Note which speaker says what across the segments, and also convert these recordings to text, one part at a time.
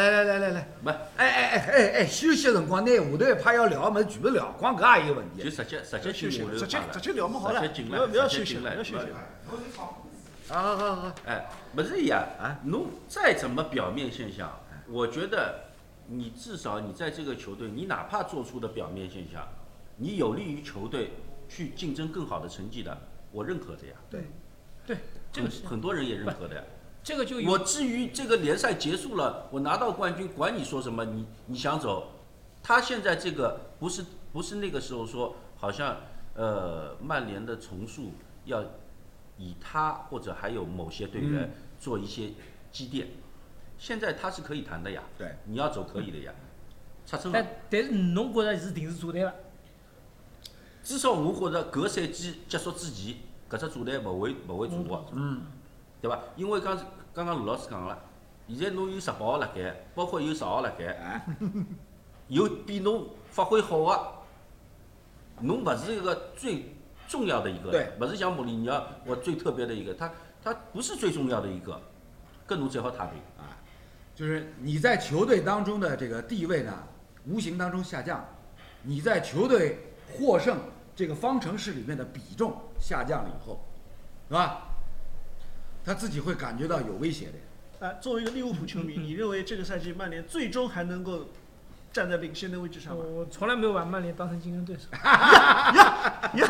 Speaker 1: 来来来来来，
Speaker 2: 没，
Speaker 1: 哎哎哎哎哎，休息辰光拿下头一趴要聊个物事全部聊，光搿也有问
Speaker 2: 就
Speaker 1: 题。
Speaker 2: 直接直接
Speaker 3: 休
Speaker 2: 进
Speaker 3: 息
Speaker 2: 下头
Speaker 3: 直接
Speaker 2: 讲了
Speaker 3: 直接聊么好了
Speaker 2: 直接进
Speaker 3: 不
Speaker 2: 来
Speaker 3: 要不要
Speaker 2: 直接
Speaker 3: 休息
Speaker 2: 进
Speaker 3: 不
Speaker 2: 来
Speaker 3: 要休息
Speaker 1: 啊好好好，
Speaker 2: 哎，不是呀，侬再怎么表面现象，我觉得你至少你在这个球队，你哪怕做出的表面现象，你有利于球队去竞争更好的成绩的，我认可的呀。
Speaker 1: 对，
Speaker 4: 对，这个
Speaker 2: 很
Speaker 4: 是
Speaker 2: 很多人也认可的呀。
Speaker 4: 这个就有
Speaker 2: 我至于这个联赛结束了，我拿到冠军，管你说什么，你你想走，他现在这个不是不是那个时候说，好像呃曼联的重塑要以他或者还有某些队员做一些积淀，现在他是可以谈的呀，
Speaker 1: 对，
Speaker 2: 你要走可以的呀，擦身
Speaker 4: 但
Speaker 2: 了。
Speaker 4: 但是侬觉着是停止做对伐？
Speaker 2: 至少我觉着搿赛季结束之前，搿只组队勿会勿会做活，嗯，对伐？因为刚刚刚卢老师讲了，现在侬有十八号辣盖，包括有十号辣盖，有比侬发挥好个，侬勿是一个最重要的一个，
Speaker 1: 对，
Speaker 2: 勿是像穆里尼奥我最特别的一个，他他不是最重要的一个，搿侬最好踏平。
Speaker 5: 就是你在球队当中的这个地位呢，无形当中下降，你在球队获胜这个方程式里面的比重下降了以后，是吧？他自己会感觉到有威胁的。
Speaker 3: 哎，作为一个利物浦球 迷，你认为这个赛季曼联最终还能够站在领先的位置上吗？
Speaker 4: 我从来没有把曼联当成竞争对手。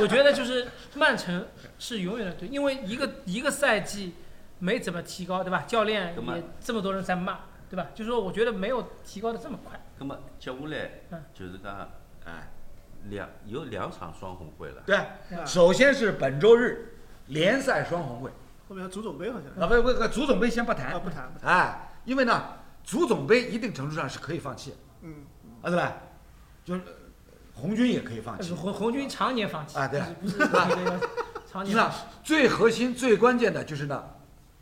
Speaker 4: 我觉得就是曼城是永远的对，因为一个一个赛季没怎么提高，对吧？教练
Speaker 2: 那么
Speaker 4: 也这么多人在骂，对吧？就是说，我觉得没有提高的这么快。
Speaker 2: 葛末接下来
Speaker 4: 嗯
Speaker 2: 就是讲
Speaker 1: 哎，
Speaker 2: 两有两场双红会了，
Speaker 5: 对，
Speaker 3: 啊
Speaker 5: 首先是本周日联赛双红会，
Speaker 3: 后面还足总杯好像
Speaker 5: 啊不不不，足总杯先不
Speaker 3: 啊
Speaker 5: 谈，
Speaker 3: 不谈，不谈
Speaker 5: 哎，因为呢，足总杯一定程度上是可以放弃的，
Speaker 3: 嗯，
Speaker 5: 啊对吧？就是呃红军也可以放
Speaker 4: 但
Speaker 5: 弃
Speaker 4: 是，呃红红军常年放弃
Speaker 5: 啊啊对啊
Speaker 4: 就是不是这个要常年
Speaker 5: 那
Speaker 4: 放弃。
Speaker 5: 最核心、最关键的就是呢，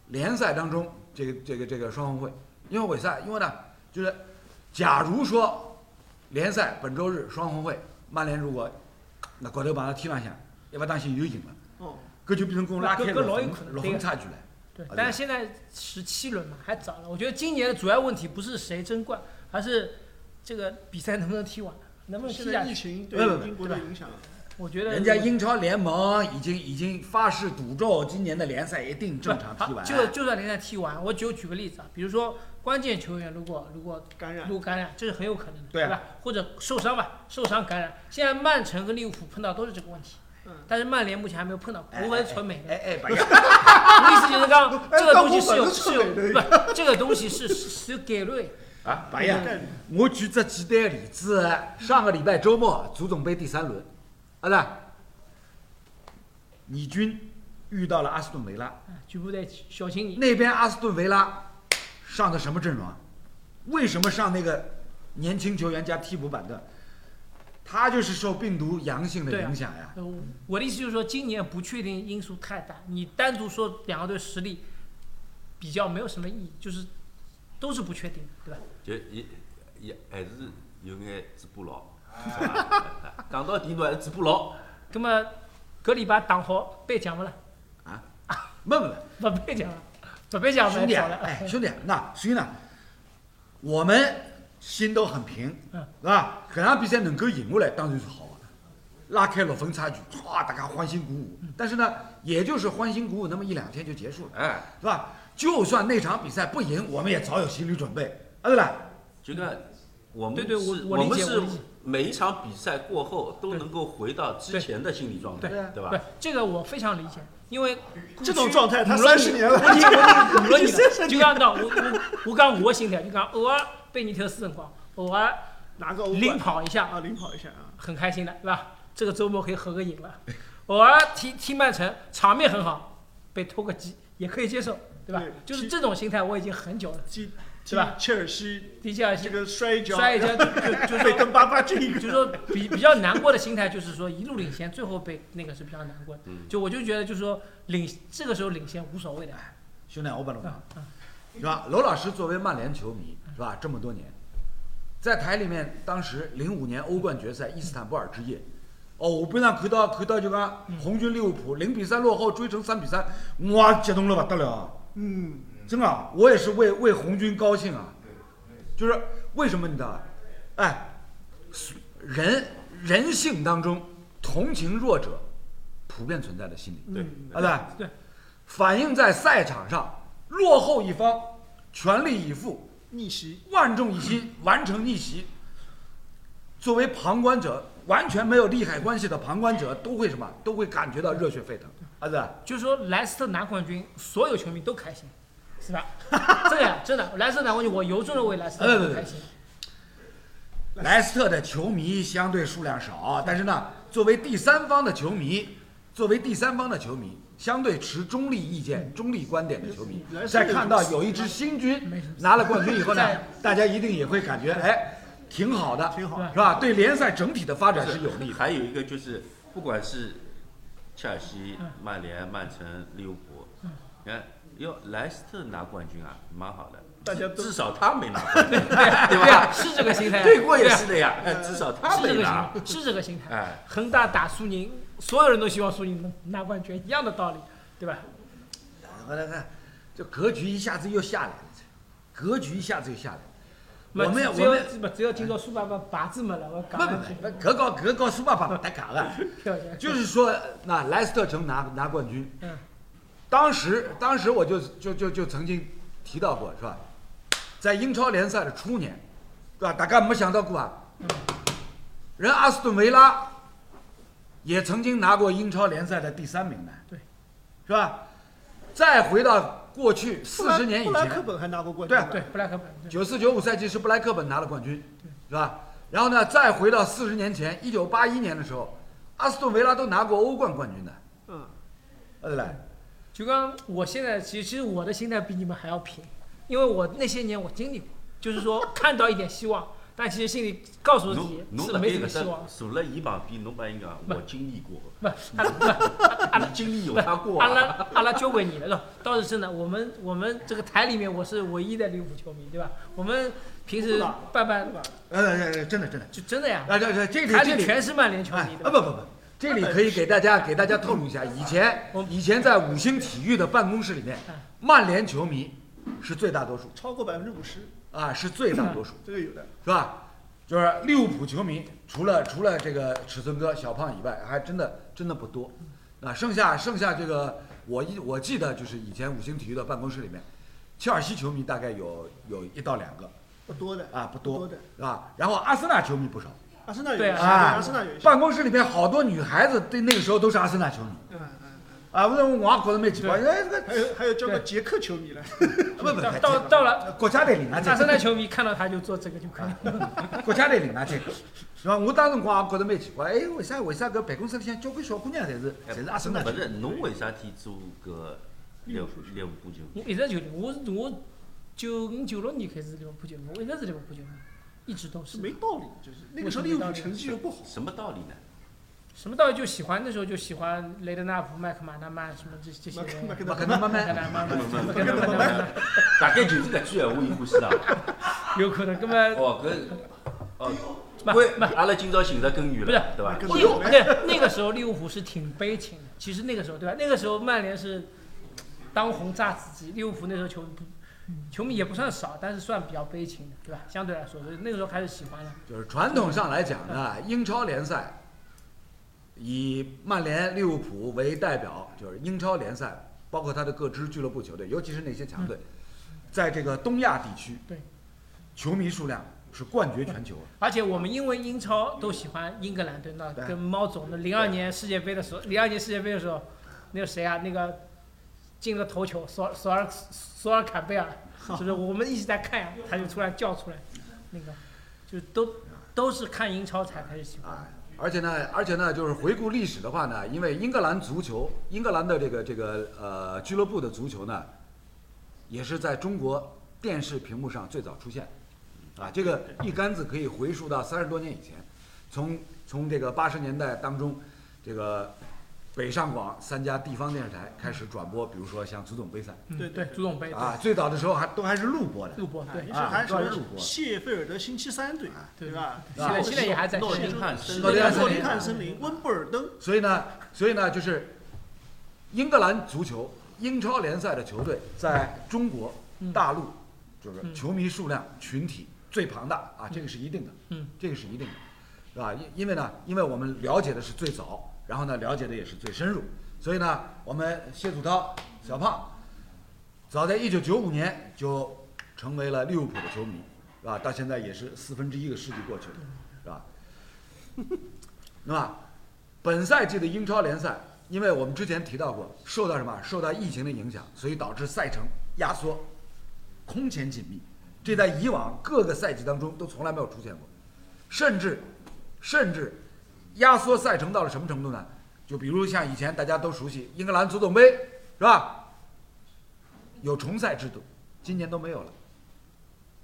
Speaker 5: 联赛当中这个这个这个双红会，因为为啥？因为呢，就是假如说联赛本周日双红会，曼联如果那高头把他踢两下，一不当心又赢了，
Speaker 3: 哦，
Speaker 5: 搿就变成跟我拉开
Speaker 4: 搿搿
Speaker 5: 六
Speaker 4: 老有
Speaker 5: 分
Speaker 4: 可能
Speaker 5: 六
Speaker 4: 对
Speaker 5: 分
Speaker 4: 个
Speaker 5: 差距了。
Speaker 4: 对
Speaker 5: 啊，
Speaker 4: 但是现在十七轮嘛，还早了。我觉得今年的主要问题不是谁争冠，而是这个比赛能不能踢完，能不能
Speaker 3: 现
Speaker 4: 踢
Speaker 3: 在
Speaker 4: 下
Speaker 3: 疫
Speaker 4: 去。
Speaker 3: 情
Speaker 5: 不不不
Speaker 3: 对英国的
Speaker 4: 对吧
Speaker 3: 影响，
Speaker 4: 我觉得
Speaker 5: 人家
Speaker 4: 如果
Speaker 5: 英超联盟已经已经发誓赌咒，今年的联赛一定正常踢
Speaker 4: 不好
Speaker 5: 完。啊
Speaker 4: 就就算联赛踢完，我就举个例子啊，比如说关键球员如果如果
Speaker 3: 感染
Speaker 4: 如果感染，这是很有可能的，
Speaker 5: 对啊
Speaker 4: 吧？或者受伤吧，受伤感染。现在曼城和利物浦碰到都是这个问题，
Speaker 3: 嗯
Speaker 4: 但是曼联目前还没有碰到过，
Speaker 5: 哎
Speaker 4: 我们存美的。
Speaker 5: 哎哎，白 羊，
Speaker 4: 我的意思就是刚这个东西
Speaker 3: 哎
Speaker 4: 是
Speaker 3: 但我
Speaker 4: 有是有
Speaker 3: 本身
Speaker 4: 不，这个东西是是是有概率的。
Speaker 5: 啊白羊
Speaker 3: 有概率，
Speaker 5: 我举只简单的例子，上个礼拜周末足总杯第三轮，啊啦，米军遇到了阿斯顿维拉，
Speaker 4: 啊局部得小心你，
Speaker 5: 那边阿斯顿维拉上的什么阵容啊？为什么上那个年轻球员加替补板凳？他就是受病毒阳性的
Speaker 4: 对啊
Speaker 5: 影响呀。
Speaker 4: 呃我我的意思就是说，今年不确定因素太大，你单独说两个队实力比较没有什么意义，就是都是不确定的，对吧？
Speaker 2: 就也也还是有眼嘴巴牢，讲到底侬还是嘴巴牢。
Speaker 4: 那么搿礼拜打好颁奖勿啦？
Speaker 5: 没没没，
Speaker 4: 勿颁奖了，勿颁奖
Speaker 5: 兄
Speaker 4: 蛮
Speaker 5: 弟
Speaker 4: 早
Speaker 5: 啊
Speaker 4: 了。，
Speaker 5: 哎，兄弟啊，那所以呢，我们心都很平，
Speaker 4: 嗯
Speaker 5: 是吧？搿场比赛能够赢下来，当然是好的，拉开六分差距，唰，大家欢欣鼓舞。但是呢，也就是欢欣鼓舞那么一两天就结束了，
Speaker 2: 哎，
Speaker 5: 是吧？就算那场比赛不赢，我们也早有心理准备，啊对吧？
Speaker 2: 就讲我们
Speaker 4: 对对我
Speaker 2: 是
Speaker 4: 我
Speaker 2: 我
Speaker 4: 理
Speaker 2: 们
Speaker 4: 解
Speaker 2: 是
Speaker 4: 我理解
Speaker 2: 每一场比赛过后都能够回到之前的心理状态，
Speaker 4: 对
Speaker 2: 对
Speaker 4: 对
Speaker 2: 吧？，
Speaker 4: 这个我非常理解，因为
Speaker 3: 这种状态他
Speaker 4: 五
Speaker 3: 三
Speaker 4: 轮
Speaker 3: 十年了，
Speaker 4: 五轮
Speaker 3: 三十
Speaker 4: 就
Speaker 3: 年
Speaker 4: 讲到我我我讲我的心态，就讲偶尔被你投四辰光，偶尔
Speaker 3: 拿个欧
Speaker 4: 领
Speaker 3: 冠
Speaker 4: 跑一下，
Speaker 3: 啊，领跑一下啊，
Speaker 4: 很开心的，对吧？这个周末可以合个影了。偶尔踢踢曼城，场面很好，被偷个鸡也可以接受，对吧
Speaker 3: 对？
Speaker 4: 就是
Speaker 3: 踢
Speaker 4: 这种心态，我已经很久了。
Speaker 3: 踢
Speaker 4: 是吧
Speaker 3: 切尔西
Speaker 4: 踢切尔
Speaker 3: 这
Speaker 4: 西
Speaker 3: 个摔一跤，
Speaker 4: 摔一跤就就就
Speaker 3: 被登巴巴这一
Speaker 4: 就是
Speaker 3: 个，
Speaker 4: 说比比较难过的心态，就是说一路领先，最后被那个是比较难过的。
Speaker 5: 嗯
Speaker 4: 就我就觉得，就是说领这个时候领先无所谓的。
Speaker 5: 兄弟啊，我帮侬讲
Speaker 4: 啊，啊，
Speaker 5: 是吧？娄老师作为曼联球迷，是吧？这么多年，在台里面，当时零五年欧冠决赛伊斯坦布尔之夜，哦，我边上看到看到就讲红军利物浦零比三落后追成三比三，哇，激动了不得了，
Speaker 3: 嗯，
Speaker 5: 真的啊，我也是为为红军高兴啊，就是为什么你知道吧？哎，人人性当中同情弱者普遍存在的心理，
Speaker 2: 对
Speaker 4: 嗯
Speaker 5: 啊对，
Speaker 4: 对，
Speaker 5: 反映在赛场上，落后一方全力以赴，
Speaker 3: 逆袭，
Speaker 5: 万众一心完成逆袭。作为旁观者，完全没有利害关系的旁观者都会什么？都会感觉到热血沸腾，啊对吧？
Speaker 4: 就说莱斯特拿冠军，所有球迷都开心，是吧？ 真的呀，真的，莱斯特拿冠军，我由衷的为莱斯特
Speaker 5: 哎
Speaker 4: 感到
Speaker 5: 对对
Speaker 4: 开心。
Speaker 5: 莱斯特的球迷相对数量少，但是呢，作为第三方的球迷，作为第三方的球迷，相对持中立意见、中立观点的球迷
Speaker 3: 莱斯，特
Speaker 5: 在看到有一支新军
Speaker 4: 没什么
Speaker 5: 拿了冠军以后呢
Speaker 4: 在，
Speaker 5: 大家一定也会感觉哎，挺好的，
Speaker 3: 挺好
Speaker 5: 是吧？对联赛整体的发展是有利的。
Speaker 2: 还有一个就是，不管是切尔西、
Speaker 4: 嗯
Speaker 2: 曼联、曼城、利物浦，你看要莱斯特拿冠军啊，蛮好的。
Speaker 3: 大家都
Speaker 2: 至少他没拿冠军，
Speaker 5: 哎
Speaker 2: 对
Speaker 4: 对呀，
Speaker 2: 吧？
Speaker 4: 是这个心态啊 呀，
Speaker 2: 对过也
Speaker 4: 呀
Speaker 2: 是的呀，哎至少他
Speaker 4: 是这
Speaker 2: 没
Speaker 4: 个心
Speaker 2: 拿
Speaker 4: 态。，
Speaker 5: 啊
Speaker 4: 是这个心态。
Speaker 2: 哎，
Speaker 4: 恒大打苏宁，所有人都希望苏宁能拿冠军，一样的道理，对吧？
Speaker 5: 来来来，这格局一下子又下来了，格局一下子又下来了。我们
Speaker 4: 只
Speaker 5: 我
Speaker 4: 有
Speaker 5: 们
Speaker 4: 不只有今朝苏爸爸把子没了，我
Speaker 5: 不
Speaker 4: 讲两句
Speaker 5: 不不，格高格高苏爸爸太嘎了。
Speaker 4: 跳一下。
Speaker 5: 就是说，那莱斯特城拿拿冠军，
Speaker 4: 嗯，
Speaker 5: 当时当时我就就就就曾经提到过，是吧？在英超联赛的初年，对吧？大家没想到过啊，
Speaker 3: 嗯
Speaker 5: 人阿斯顿维拉也曾经拿过英超联赛的第三名呢，
Speaker 4: 对，
Speaker 5: 是吧？再回到过去四十年以
Speaker 3: 布拉布拉克
Speaker 5: 前，
Speaker 3: 本还拿过冠军
Speaker 5: 对
Speaker 3: 呢，
Speaker 5: 啊
Speaker 4: 对，布莱克本对
Speaker 5: 九四九五赛季是布莱克本拿了冠军，是吧？然后呢，再回到四十年前，一九八一年的时候，阿斯顿维拉都拿过欧冠冠军的，
Speaker 3: 嗯，
Speaker 5: 对呃来。
Speaker 4: 就刚我现在，其实其实我的心态比你们还要平，因为我那些年我经历过，就是说看到一点希望，但其实心里告诉自
Speaker 2: 侬
Speaker 4: 己
Speaker 2: 侬
Speaker 4: 是
Speaker 2: 辣
Speaker 4: 没
Speaker 2: 盖
Speaker 4: 什么
Speaker 2: 搿
Speaker 4: 希望
Speaker 2: 搭。坐辣伊旁边，侬帮伊讲，
Speaker 4: 不
Speaker 2: 我经历过，
Speaker 4: 不， 阿拉不阿拉
Speaker 2: 你经历有
Speaker 4: 不
Speaker 2: 他过
Speaker 4: 阿
Speaker 2: 啊。
Speaker 4: 拉阿拉交关年了，是吧倒是真的。我们我们这个台里面我是唯一的利物浦球迷，对吧？我们平时
Speaker 3: 是吧
Speaker 4: 办办
Speaker 3: 对吧？
Speaker 5: 呃，呃真的真的，
Speaker 4: 就真的呀，
Speaker 5: 啊这这这里
Speaker 4: 台
Speaker 5: 这
Speaker 4: 里
Speaker 5: 里
Speaker 4: 全是曼联球
Speaker 5: 哎
Speaker 4: 迷，对
Speaker 5: 啊
Speaker 4: 吧？
Speaker 5: 不不不，这里可以给大家给大家透露一 下，以前
Speaker 4: 我们
Speaker 5: 以前在五星体育的办公室里面
Speaker 4: 嗯，
Speaker 5: 曼联球迷是最大多数
Speaker 3: 超过百分之五十，
Speaker 5: 啊，是最大 多数，
Speaker 3: 这个有的。
Speaker 5: 是吧？就是利物浦球迷，除了除了这个尺寸哥小胖以外，还真的真的不多，啊，剩下剩下这个我一我记得就是以前五星体育的办公室里面，切尔西球迷大概有有一到两个
Speaker 3: 不多的
Speaker 5: 啊，不多
Speaker 3: 不多的，
Speaker 5: 是吧？然后阿森纳球迷不少。
Speaker 3: 阿森纳有
Speaker 4: 对
Speaker 3: 一
Speaker 4: 啊
Speaker 3: 些，
Speaker 5: 啊
Speaker 3: 阿森纳有一些，
Speaker 5: 办公室里面好多女孩子，对那个时候都是阿森纳球迷
Speaker 3: 嗯嗯，
Speaker 5: 啊。我我也觉得蛮奇怪，哎，这个
Speaker 3: 还有还有交过捷克球迷了，
Speaker 5: 不不
Speaker 4: 到
Speaker 5: 不，
Speaker 4: 到到了
Speaker 5: 国家队领啊，
Speaker 4: 阿森纳球迷看到他就做这个就可以了。
Speaker 5: 国家队领啊，这个是吧？我当时光也觉得蛮奇怪，哎，为啥为啥搿办公室里向交关小姑娘侪是侪是阿森纳
Speaker 2: 哎不
Speaker 5: 球迷？
Speaker 2: 是，侬为啥体做搿利物利物浦球迷？
Speaker 4: 我一直球迷，我是我九五九六年开始利物浦球迷，我一直是利物浦球迷，一直都
Speaker 3: 是
Speaker 4: 是。
Speaker 3: 没道理，就是那个时候利物浦成绩又不好，
Speaker 2: 什么道理呢？
Speaker 4: 什么道理就喜欢，那时候就喜欢雷德纳普、麦克马纳曼什么这这些
Speaker 3: 麦克
Speaker 4: 人。
Speaker 3: 麦克
Speaker 5: 不可能慢
Speaker 4: 麦克
Speaker 5: 慢，
Speaker 4: 纳曼
Speaker 2: 没没没
Speaker 4: 麦
Speaker 2: 没
Speaker 4: 克纳
Speaker 2: 没
Speaker 4: 曼，
Speaker 2: 没，大概就是搿句闲话伊欢喜啦。
Speaker 4: 有可能，根本
Speaker 2: 哦，搿哦，
Speaker 4: 不
Speaker 2: 为阿拉今朝寻着根源
Speaker 4: 不是
Speaker 2: 了，对
Speaker 3: 不
Speaker 2: 伐
Speaker 3: 是？
Speaker 4: 哎呦，对，那个时候利物浦是挺悲情的。其实那个时候，对吧？那个时候曼联是当红炸子鸡，利物浦那时候球迷不，球迷也不算少，但是算比较悲情的，对吧？相对来说，所以那个时候还是喜欢了。
Speaker 5: 就是传统上来讲呢，英超联赛以曼联、利物浦为代表，就是英超联赛，包括它的各支俱乐部球队，尤其是那些强队，在这个东亚地区，
Speaker 4: 对，
Speaker 5: 球迷数量是冠绝全球的。
Speaker 4: 而且我们因为英超都喜欢英格兰队，那
Speaker 5: 对
Speaker 4: 跟猫总的零二年世界杯的时候，零二年世界杯的时候，那个谁啊，那个进了头球，索尔索尔索尔坎贝 尔，就是我们一直在看呀、他就突然叫出来，那个就都都是看英超才开始喜欢。
Speaker 5: 啊，而且呢，而且呢，就是回顾历史的话呢，因为英格兰足球，英格兰的这个这个呃俱乐部的足球呢，也是在中国电视屏幕上最早出现，啊，这个一竿子可以回溯到三十多年以前，从从这个八十年代当中，这个北上广三家地方电视台开始转播，比如说像足总杯赛
Speaker 4: 嗯
Speaker 3: 对
Speaker 4: 对，
Speaker 3: 对
Speaker 4: 足总杯
Speaker 5: 啊，最早的时候还都还是录播的
Speaker 4: 对，录播对
Speaker 3: 那时
Speaker 5: 啊
Speaker 3: 候还
Speaker 5: 都还
Speaker 3: 有
Speaker 5: 是
Speaker 3: 什
Speaker 5: 入
Speaker 3: 么
Speaker 5: 国
Speaker 3: 谢菲尔德星期三队，
Speaker 4: 对
Speaker 3: 吧？
Speaker 4: 现在现在也还在。
Speaker 2: 诺
Speaker 4: 现在
Speaker 2: 丁汉森
Speaker 5: 诺丁汉森林
Speaker 3: 诺丁汉森林、温布尔登，
Speaker 5: 所以呢，所以呢，就是英格兰足球英超联赛的球队在中国
Speaker 4: 嗯
Speaker 5: 大陆，就是
Speaker 4: 嗯
Speaker 5: 球迷数量群体最庞大啊，这个是一定的，
Speaker 4: 嗯，
Speaker 5: 这个是一定的，是吧？因因为呢，因为我们了解的是最早，然后呢，了解的也是最深入，所以呢，我们谢祖涛、小胖，早在一九九五年就成为了利物浦的球迷，是吧？到现在也是四分之一个世纪过去了，是吧？那么，本赛季的英超联赛，因为我们之前提到过，受到什么？受到疫情的影响，所以导致赛程压缩，空前紧密，这在以往各个赛季当中都从来没有出现过，甚至，甚至，压缩赛程到了什么程度呢？就比如像以前大家都熟悉英格兰足总杯，是吧？有重赛制度，今年都没有了。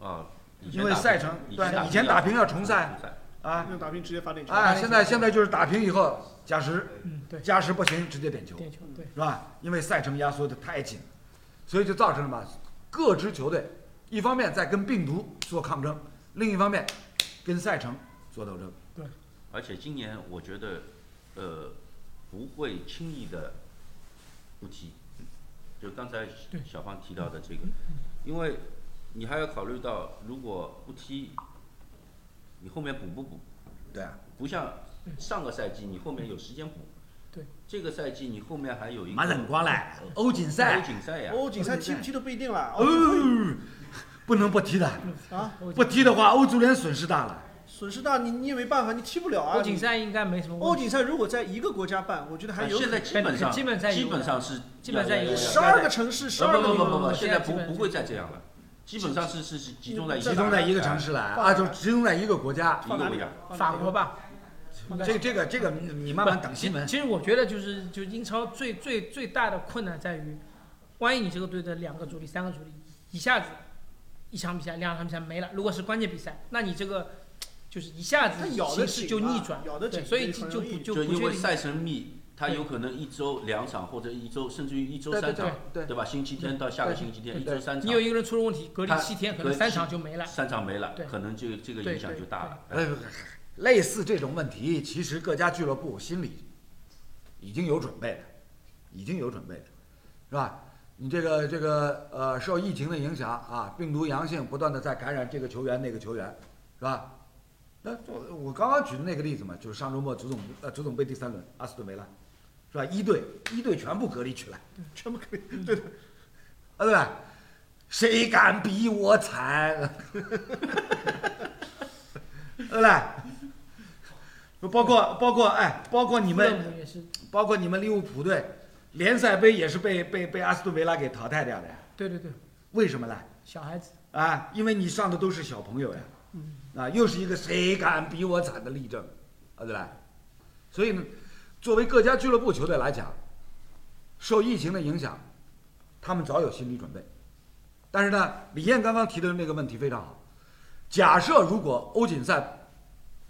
Speaker 2: 啊，以前
Speaker 5: 因为
Speaker 2: 打平
Speaker 5: 赛程对啊以前打平要重赛啊
Speaker 3: 那打平直接罚点球。
Speaker 5: 啊！现在现在就是打平以后加时，
Speaker 4: 嗯，对，
Speaker 5: 加时不行直接点球，
Speaker 4: 点球，对，
Speaker 5: 是吧？因为赛程压缩的太紧，所以就造成了嘛，各支球队一方面在跟病毒做抗争，另一方面跟赛程做斗争。
Speaker 2: 而且今年我觉得，呃，不会轻易的不踢，就刚才
Speaker 4: 对
Speaker 2: 小胖提到的这个，因为你还要考虑到，如果不踢，你后面补不补？
Speaker 5: 对啊，
Speaker 2: 不像上个赛季你后面有时间补，
Speaker 4: 对，
Speaker 2: 这个赛季你后面还有一个
Speaker 5: 没辰光嘞，欧锦
Speaker 2: 欧
Speaker 5: 赛，
Speaker 2: 锦赛呀，
Speaker 3: 欧锦赛踢不踢都不一定了。
Speaker 5: 哦
Speaker 3: 哦，
Speaker 5: 不能不踢的，
Speaker 3: 啊，
Speaker 4: 欧锦
Speaker 5: 不踢的话，欧足联损失大了。
Speaker 3: 损失大，你你也没办法，你踢不了啊。
Speaker 4: 欧锦赛应该没什么
Speaker 3: 你，欧
Speaker 4: 问题。
Speaker 3: 锦赛如果在一个国家办，我觉得还
Speaker 2: 啊
Speaker 3: 有
Speaker 2: 现在基本上
Speaker 4: 基本赛有
Speaker 2: 基本上是
Speaker 4: 基本赛
Speaker 2: 要
Speaker 4: 有
Speaker 2: 要要
Speaker 3: 十二个城市，十
Speaker 2: 呃
Speaker 3: 二
Speaker 2: 不
Speaker 3: 个
Speaker 2: 不
Speaker 3: 地
Speaker 2: 不
Speaker 3: 方
Speaker 2: 不不，现在不
Speaker 4: 现在基本
Speaker 2: 不会再这样了，基本上是是是集中在一个哎
Speaker 5: 集中在一个城市来啊，就集中在一个国家。
Speaker 2: 一个国家。
Speaker 4: 法国吧，
Speaker 5: 这个这个这个，你你慢慢等新闻。
Speaker 4: 其实我觉得就是就英超最最最大的困难在于，万一你这个队的两个主力、三个主力一下子一场比赛、两场比赛没了，如果是关键比赛，那你这个就是一下
Speaker 3: 它
Speaker 4: 子
Speaker 3: 咬
Speaker 4: 形
Speaker 3: 得
Speaker 4: 势
Speaker 3: 紧
Speaker 4: 就
Speaker 3: 啊
Speaker 4: 逆转，
Speaker 3: 咬得
Speaker 4: 对
Speaker 3: 紧
Speaker 4: 所以
Speaker 3: 也
Speaker 4: 就
Speaker 3: 很
Speaker 4: 就
Speaker 3: 容
Speaker 4: 不
Speaker 3: 易
Speaker 4: 就
Speaker 2: 就
Speaker 4: 不
Speaker 2: 因
Speaker 4: 确
Speaker 2: 为
Speaker 4: 定。
Speaker 2: 赛程密，它
Speaker 4: 对
Speaker 2: 有可能一周两场或者一周，甚至于一周
Speaker 5: 对对
Speaker 2: 三啊
Speaker 5: 对
Speaker 2: 场，
Speaker 5: 对
Speaker 2: 对吧？星期天到下个星期天，
Speaker 5: 对
Speaker 2: 一
Speaker 5: 对
Speaker 2: 周三
Speaker 4: 你有
Speaker 2: 场，
Speaker 4: 一个人出了问题，隔离
Speaker 2: 它
Speaker 4: 七天，可
Speaker 2: 隔
Speaker 4: 能三
Speaker 2: 七
Speaker 4: 场就没了。
Speaker 2: 三场没了
Speaker 4: 对，
Speaker 2: 可能这个这个
Speaker 4: 对
Speaker 2: 影响就大了。
Speaker 5: 呃，类似这种问题，其实各家俱乐部心里已经有准备了，已经有准备了，是吧？你这个这个呃，受疫情的影响啊，病毒阳性不断的在感染这个球员那个球员，是吧？那我我刚刚举的那个例子嘛，就是上周末足总呃足总杯第三轮，阿斯顿维拉，是吧？一队一队全部隔离起来，
Speaker 3: 全部可以。对的，
Speaker 5: 啊对吧？谁敢比我惨？ 对吧？包括包括哎，包括你
Speaker 4: 你
Speaker 5: 们
Speaker 4: 也是，
Speaker 5: 包括你们利物浦队，联赛杯也是被被被阿斯顿维拉给淘汰掉的呀？
Speaker 4: 对对对，
Speaker 5: 为什么呢？
Speaker 4: 小孩子
Speaker 5: 啊，因为你上的都是小朋友呀，啊，又是一个谁敢比我惨的例证，啊，对吧？所以呢，作为各家俱乐部球队来讲，受疫情的影响，他们早有心理准备。但是呢，李艳刚刚提的那个问题非常好。假设如果欧锦赛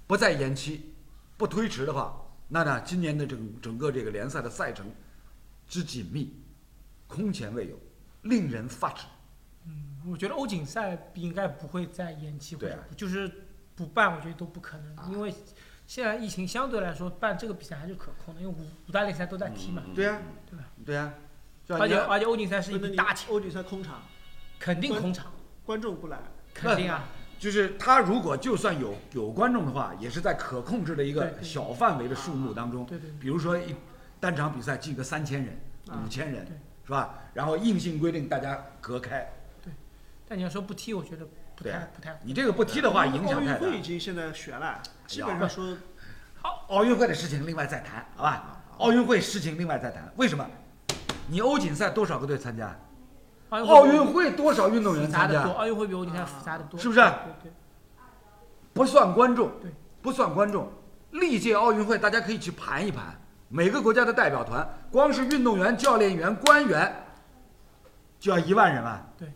Speaker 5: 不再延期、不推迟的话，那呢，今年的整整个这个联赛的赛程之紧密，空前未有，令人发指。
Speaker 4: 我觉得欧锦赛应该不会再延期，或
Speaker 5: 对
Speaker 4: 者
Speaker 5: 啊
Speaker 4: 就是不办，我觉得都不可能，
Speaker 5: 啊
Speaker 4: 因为现在疫情相对来说办这个比赛还是可控的，因为五五大联赛都在踢嘛，
Speaker 2: 嗯
Speaker 5: 对啊呀、
Speaker 4: 对吧
Speaker 5: 对呀、是吧
Speaker 4: 而且
Speaker 5: 你
Speaker 4: 而且欧锦赛是一
Speaker 3: 那
Speaker 4: 笔
Speaker 3: 你
Speaker 4: 大钱，
Speaker 3: 欧锦赛空场，
Speaker 4: 肯定空场，
Speaker 3: 观众不来。
Speaker 4: 肯定啊，
Speaker 5: 就是他如果就算有有观众的话，也是在可控制的一
Speaker 4: 对
Speaker 5: 个
Speaker 4: 对啊
Speaker 5: 小范围的数目当中。
Speaker 4: 对对对
Speaker 5: 比如说一单场比赛进个三千人、
Speaker 3: 啊
Speaker 5: 五千人
Speaker 4: 对，
Speaker 5: 是吧？然后硬性规定大家隔开，
Speaker 4: 但你要说不踢，我觉得不
Speaker 5: 对
Speaker 4: 太
Speaker 5: 啊
Speaker 4: 不太。
Speaker 5: 你这个不踢的话影
Speaker 3: 奥
Speaker 5: 响
Speaker 3: 运
Speaker 5: 太大哎
Speaker 3: 会。已经现在悬了，基本上说
Speaker 5: 奥奥运会的事情另外再谈，好吧？奥运会事情另外再谈。为什么？你欧锦赛多少个队参加？奥运会多少运动员
Speaker 4: 复杂
Speaker 5: 参
Speaker 4: 的
Speaker 5: 加啊
Speaker 4: 多，？奥运会比欧锦赛复杂的多，
Speaker 5: 是不是
Speaker 4: 对对
Speaker 5: 不算观众
Speaker 4: 对，
Speaker 5: 不算观众。历届奥运会大家可以去盘一盘，每个国家的代表团，光是运动员、教练员、官员，就要一万人啊了。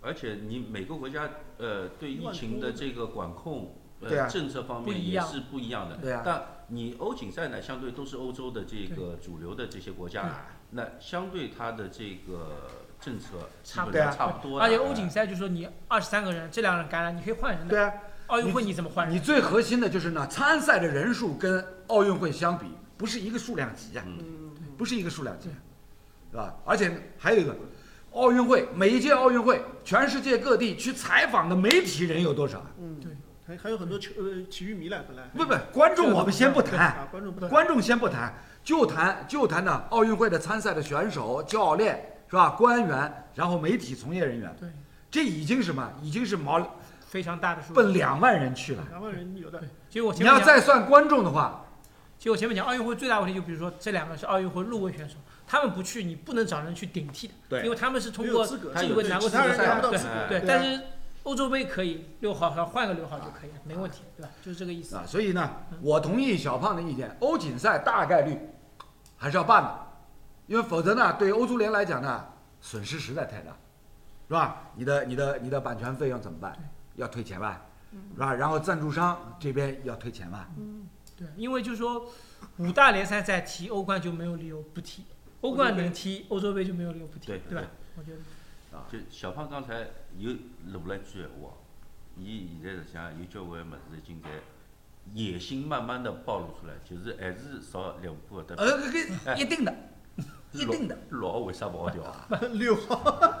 Speaker 2: 而且你每个国家呃对疫情的这个管控
Speaker 5: 对啊
Speaker 2: 呃政策方
Speaker 4: 不
Speaker 2: 面
Speaker 4: 一
Speaker 2: 也
Speaker 4: 样
Speaker 2: 是不一样的。
Speaker 5: 对啊
Speaker 2: 但你欧锦赛呢，相对都是欧洲的这个主流的这些国
Speaker 4: 对
Speaker 2: 家，那相对它的这个政策基
Speaker 4: 差不
Speaker 5: 多
Speaker 2: 本上
Speaker 5: 对啊
Speaker 2: 差不多了。
Speaker 4: 而且欧锦赛就说你二十三个人，这两个人感染，你可以换人的。
Speaker 5: 对啊，
Speaker 4: 奥运会你怎么换人？
Speaker 5: 你最核心的就是呢，参赛的人数跟奥运会相比，不是一个数量级呀、啊
Speaker 2: 嗯
Speaker 5: 不是一个数量级，是吧？而且还有一个，奥运会每一届奥运会，全世界各地去采访的媒体人有多少啊？
Speaker 3: 嗯，对，还还有很多球呃体育迷来本来
Speaker 5: 不不，观众我们先不
Speaker 3: 啊
Speaker 5: 谈，，
Speaker 3: 观众不谈，
Speaker 5: 观众先不谈，就谈就谈呢奥运会的参赛的选手、教练是吧？官员，然后媒体从业人员，
Speaker 4: 对，
Speaker 5: 这已经什么？已经是毛
Speaker 4: 非常大的数
Speaker 5: 奔
Speaker 4: 字。
Speaker 5: 两万人去了。
Speaker 3: 两万人有的，
Speaker 4: 其实我
Speaker 5: 你啊
Speaker 4: 前面
Speaker 5: 要
Speaker 4: 讲，
Speaker 5: 再算观众的话，
Speaker 4: 其实我前面讲奥运会最大的问题，就比如说这两个是奥运会入围选手，他们不去，你不能找人去顶替的，
Speaker 5: 对
Speaker 4: 因为他们是通
Speaker 3: 没有
Speaker 4: 过
Speaker 3: 资格
Speaker 4: 这
Speaker 2: 有
Speaker 4: 个
Speaker 2: 对
Speaker 4: 拿过
Speaker 3: 其
Speaker 4: 资
Speaker 3: 他
Speaker 4: 格
Speaker 3: 人
Speaker 4: 赛
Speaker 3: 拿
Speaker 4: 的，
Speaker 3: 不到
Speaker 4: 对
Speaker 3: 资格
Speaker 2: 哎，
Speaker 4: 对，
Speaker 3: 啊
Speaker 4: 但是欧洲杯可以六号，然后换个六号就可以了，没问题，对吧？就是这个意思。
Speaker 5: 啊，所以呢，我同意小胖的意见，欧锦赛大概率还是要办的，因为否则呢，对欧足联来讲呢，损失实在太大，是吧？你的你的你的版权费用怎么办？要退钱吧，是吧？然后赞助商这边要退钱吧，
Speaker 4: 对，因为就是说五大联赛再踢欧冠就没有理由不踢，欧冠能踢，欧洲杯就没有理由不踢，
Speaker 2: 对
Speaker 4: 吧？我觉得
Speaker 2: 就小胖刚才又录了一句闲话，伊现在实际上有交关物事已经在野心慢慢的暴露出来，就是还是朝利物浦搿搭
Speaker 5: 呃，这一定的，一定的。
Speaker 2: 老老为啥勿好调 啊？
Speaker 3: 六号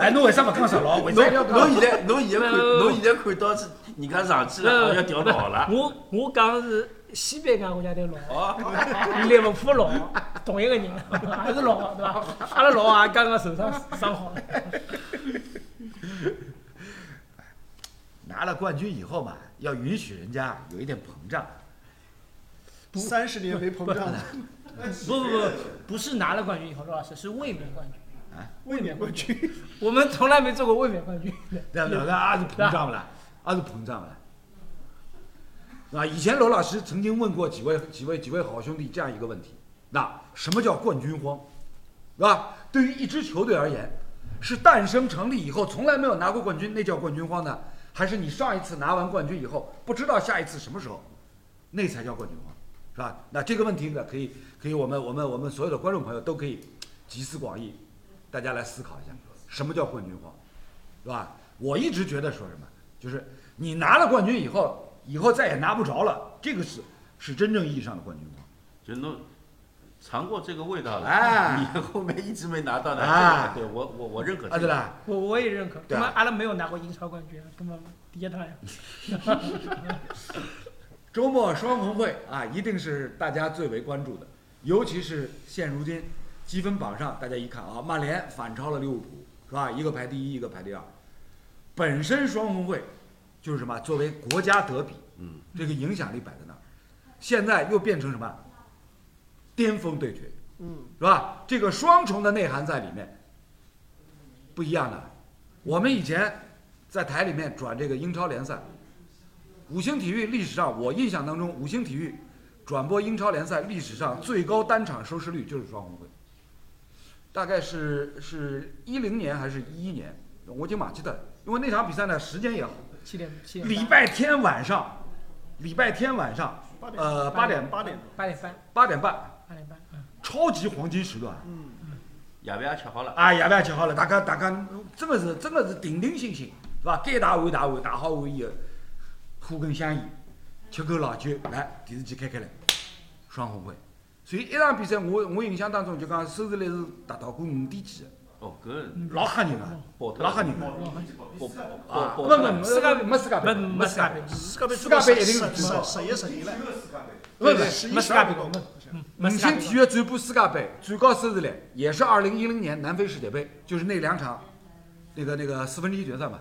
Speaker 6: 哎，侬为啥勿讲十 老？为啥要
Speaker 2: 侬
Speaker 6: 讲？
Speaker 2: 现在侬现在看
Speaker 4: 不不不
Speaker 2: 侬现在看到是人家上去了，要调老了。
Speaker 4: 我我讲的是西班牙国家队老，
Speaker 2: 哦，
Speaker 4: 利物浦老，同一个人，还是老，啊对吧？阿拉老啊也刚刚受伤伤好了，
Speaker 5: 拿了冠军以后嘛，要允许人家有一点膨胀。
Speaker 3: 三十年没膨胀了，
Speaker 4: 不不不，不是拿了冠军以后，罗老师是卫冕冠军，
Speaker 3: 卫冕冠军，
Speaker 4: 我们从来没做过卫冕冠军。
Speaker 5: 对不对？那也是膨胀了，也是膨胀了。啊，以前罗老师曾经问过几位、几位、几位好兄弟这样一个问题：那什么叫冠军荒？是吧？对于一支球队而言，是诞生成立以后从来没有拿过冠军，那叫冠军荒呢？还是你上一次拿完冠军以后，不知道下一次什么时候，那才叫冠军荒，是吧？那这个问题呢，可以可以，我们我们我们所有的观众朋友都可以集思广益，大家来思考一下，什么叫冠军荒？是吧？我一直觉得说什么，就是你拿了冠军以后，以后再也拿不着了，这个是是真正意义上的冠军吗？
Speaker 2: 就侬尝过这个味道了，
Speaker 5: 哎
Speaker 2: 你后面一直没拿到的，
Speaker 5: 哎
Speaker 2: 对我我我认可这
Speaker 5: 啊，
Speaker 2: 个。
Speaker 5: 对啦，
Speaker 4: 我我也认可，
Speaker 5: 对
Speaker 4: 根
Speaker 5: 啊
Speaker 4: 本阿拉没有拿过英超冠军，根本第一当然。
Speaker 5: 周末双红会啊，一定是大家最为关注的，尤其是现如今积分榜上，大家一看啊，曼联反超了利物浦，是吧？一个排第一，一个排第二。本身双红会就是什么，作为国家德比，
Speaker 2: 嗯，
Speaker 5: 这个影响力摆在那儿，现在又变成什么巅峰对决，
Speaker 3: 嗯，
Speaker 5: 是吧？这个双重的内涵在里面，不一样的。我们以前在台里面转这个英超联赛，五星体育历史上，我印象当中，五星体育转播英超联赛历史上最高单场收视率就是双红会，大概是是一零年还是一一年，我已经忘记得了，因为那场比赛呢时间也好，
Speaker 4: 七点七点
Speaker 5: 礼
Speaker 4: 半，
Speaker 5: 拜天晚上，礼拜天晚上，呃，八点
Speaker 3: 八点多，
Speaker 4: 八点半，
Speaker 5: 八点半，
Speaker 4: 八点半，嗯，
Speaker 5: 超级黄金时段。
Speaker 3: 嗯
Speaker 2: 夜饭也吃好了，
Speaker 5: 哎呀，不要吃好了，大家大家真的是真的是定定心心，是吧？该打碗打碗，打好碗以后，喝根香烟，吃口老酒，来电视机开开来，双红会。所以一场比赛，我我印象当中就讲收视率是达到过五点几的，
Speaker 2: 哦，搿
Speaker 5: 老吓人啊，
Speaker 2: 爆脱
Speaker 5: 老吓
Speaker 2: 了，
Speaker 5: 人啊！啊，不
Speaker 2: 爆爆爆
Speaker 5: 不
Speaker 2: 脱
Speaker 5: 不，
Speaker 2: 了！
Speaker 5: 世界杯没世界杯，
Speaker 4: 没世界杯，
Speaker 3: 世界杯
Speaker 5: 世界杯一定是
Speaker 3: 十
Speaker 5: 最高
Speaker 3: 十一十一了，
Speaker 5: 不是
Speaker 3: 对十一
Speaker 4: 没
Speaker 3: 十
Speaker 4: 世
Speaker 3: 二
Speaker 4: 界杯
Speaker 3: 个
Speaker 4: 没
Speaker 5: 五
Speaker 4: 没世界
Speaker 5: 星
Speaker 4: 杯
Speaker 5: 体育转播世界杯最高收视率也是二零一零年南非世界杯，就是那两场，那个那个四分之一决赛嘛，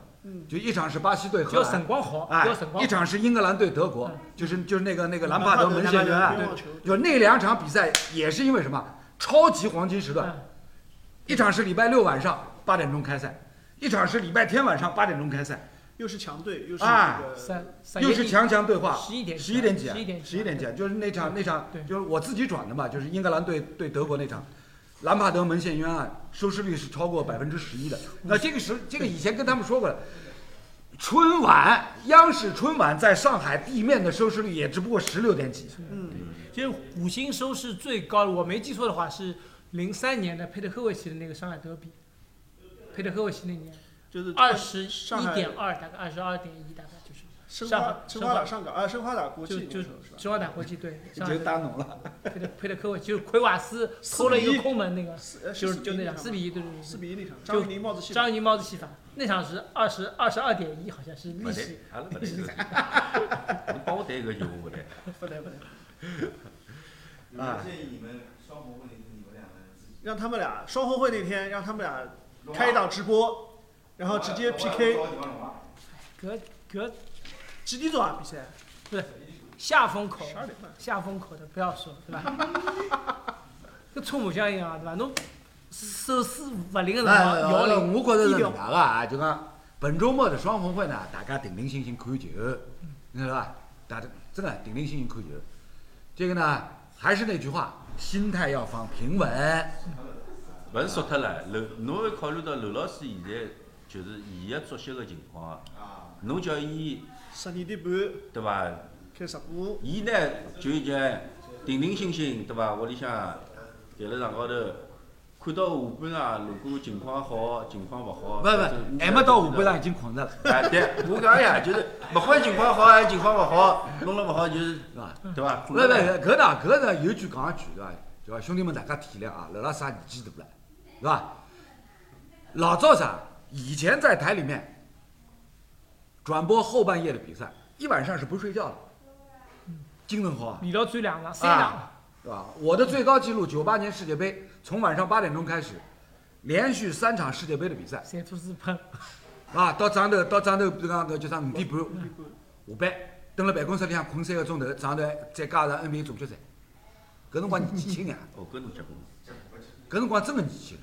Speaker 5: 就一场是巴西对
Speaker 4: 嗯只
Speaker 5: 荷
Speaker 4: 要
Speaker 5: 兰
Speaker 4: 辰，光好，
Speaker 5: 哎
Speaker 4: 只要辰，光
Speaker 5: 一
Speaker 4: 好，
Speaker 5: 场是英格兰对德国，就是就是那个那个兰帕德门
Speaker 3: 嗯
Speaker 5: 啊
Speaker 3: 兰
Speaker 5: 线
Speaker 3: 帕德
Speaker 5: 员
Speaker 3: 兰帕德
Speaker 5: 案
Speaker 3: 乒乓球，
Speaker 5: 就那两场比赛也是因为什么超级黄金时段，
Speaker 4: 嗯
Speaker 5: 一场是礼拜六晚上八点钟开赛，一场是礼拜天晚上八点钟开赛，
Speaker 3: 又是强队，又是
Speaker 5: 哎
Speaker 3: 这个
Speaker 4: 三三
Speaker 5: 又
Speaker 4: 一
Speaker 5: 是强强对话，
Speaker 4: 11点
Speaker 5: 十一点几啊，
Speaker 4: 11点
Speaker 5: 十一点几啊，就是那场那场
Speaker 4: 对，
Speaker 5: 就是我自己转的嘛，就是英格兰对对德国那场，兰帕德门线冤案收视率是超过百分之十一的。那这个时这个以前跟他们说过了，春晚央视春晚在上海地面的收视率也只不过十六点几，
Speaker 3: 嗯
Speaker 4: 其实五星收视最高的，我没记错的话是零三年的佩特科维奇的那个上海德比，佩特科维奇那年
Speaker 3: 就是
Speaker 4: 二十一
Speaker 3: 上海
Speaker 4: 点二，大概二十二点一，大概就是
Speaker 3: 申
Speaker 4: 上
Speaker 3: 花
Speaker 4: 海
Speaker 3: 申
Speaker 4: 申
Speaker 3: 花
Speaker 4: 花
Speaker 3: 打上港啊，申花打国
Speaker 4: 就
Speaker 3: 际那
Speaker 4: 就
Speaker 3: 个时候是吧？
Speaker 4: 申花打国际队，
Speaker 6: 你
Speaker 4: 上
Speaker 6: 就
Speaker 4: 海
Speaker 6: 打懂了。
Speaker 4: 佩德佩德科维奇就是奎瓦斯偷了一
Speaker 3: 四比一
Speaker 4: 个空门那个，
Speaker 3: 四呃
Speaker 4: 就是
Speaker 3: 四比
Speaker 4: 就
Speaker 3: 一
Speaker 4: 那
Speaker 3: 场
Speaker 4: 场
Speaker 3: 吧
Speaker 4: 四比一，对对对，
Speaker 3: 四比一那场，张玉宁帽子戏法，
Speaker 4: 张怡宁帽子戏法那场是二十二十二点一，好像是历
Speaker 2: 没得
Speaker 4: 史，
Speaker 2: 阿拉没得 搿个。侬帮我谈搿球我勿
Speaker 5: 啊
Speaker 2: 来。
Speaker 3: 不对不对，
Speaker 7: 有没有建议你们双红会那天你们两个人自己
Speaker 3: 让他们俩双红会那天让他们俩开一档直播，然后直接 PK，
Speaker 4: 隔隔
Speaker 3: 几点钟啊比赛？
Speaker 4: 下风口
Speaker 3: 十二点半。
Speaker 4: 下风口的不要说，对吧？跟搓麻将一样，对吧？侬手势勿灵的辰光
Speaker 5: 那
Speaker 4: 啊摇
Speaker 5: 我
Speaker 4: 铃，
Speaker 5: 我觉着是
Speaker 4: 低调
Speaker 5: 搿能介个啊，就讲本周末的双红会呢，大家定定心心看球，你晓得伐？大家真的定定心心看球。这个呢，还是那句话，心态要放平稳。
Speaker 2: 勿是说脱了，刘侬要考虑到刘老师现在就是伊个作息个情况啊，
Speaker 7: 啊，
Speaker 2: 侬叫伊
Speaker 3: 十二点半
Speaker 2: 对伐？
Speaker 3: 开直播，
Speaker 2: 伊呢就已经定定心心对伐？屋里向盖辣床高头，看到下半场如果情况好，情况勿好，
Speaker 5: 不不，还没到下半场已经困着了，
Speaker 2: 哎，对，我讲呀，就是勿管情况好还是情况勿好，弄了勿好就是
Speaker 5: 是吧？
Speaker 2: 对伐？
Speaker 5: 不不，搿呢搿呢有句讲一句对伐？对伐？兄弟们，大家体谅啊，辣辣啥年纪大了，是吧？老早啥？以前在台里面转播后半夜的比赛，一晚上是不睡觉的，精神好啊，
Speaker 4: 连牢追两嗯场，三场，
Speaker 5: 是吧？我的最高纪录，九八年世界杯，从晚上八点钟开始，连续三场世界杯的比赛，
Speaker 4: 三兔子喷，
Speaker 5: 啊，到早头到早头，比如讲搿叫啥五点半下
Speaker 3: 一半
Speaker 5: 班，蹲辣办公室里向困三个钟头，早头再加上 NBA 总决赛，搿辰光年纪轻啊。
Speaker 2: 哦，搿侬结棍。
Speaker 5: 搿辰光真个年轻，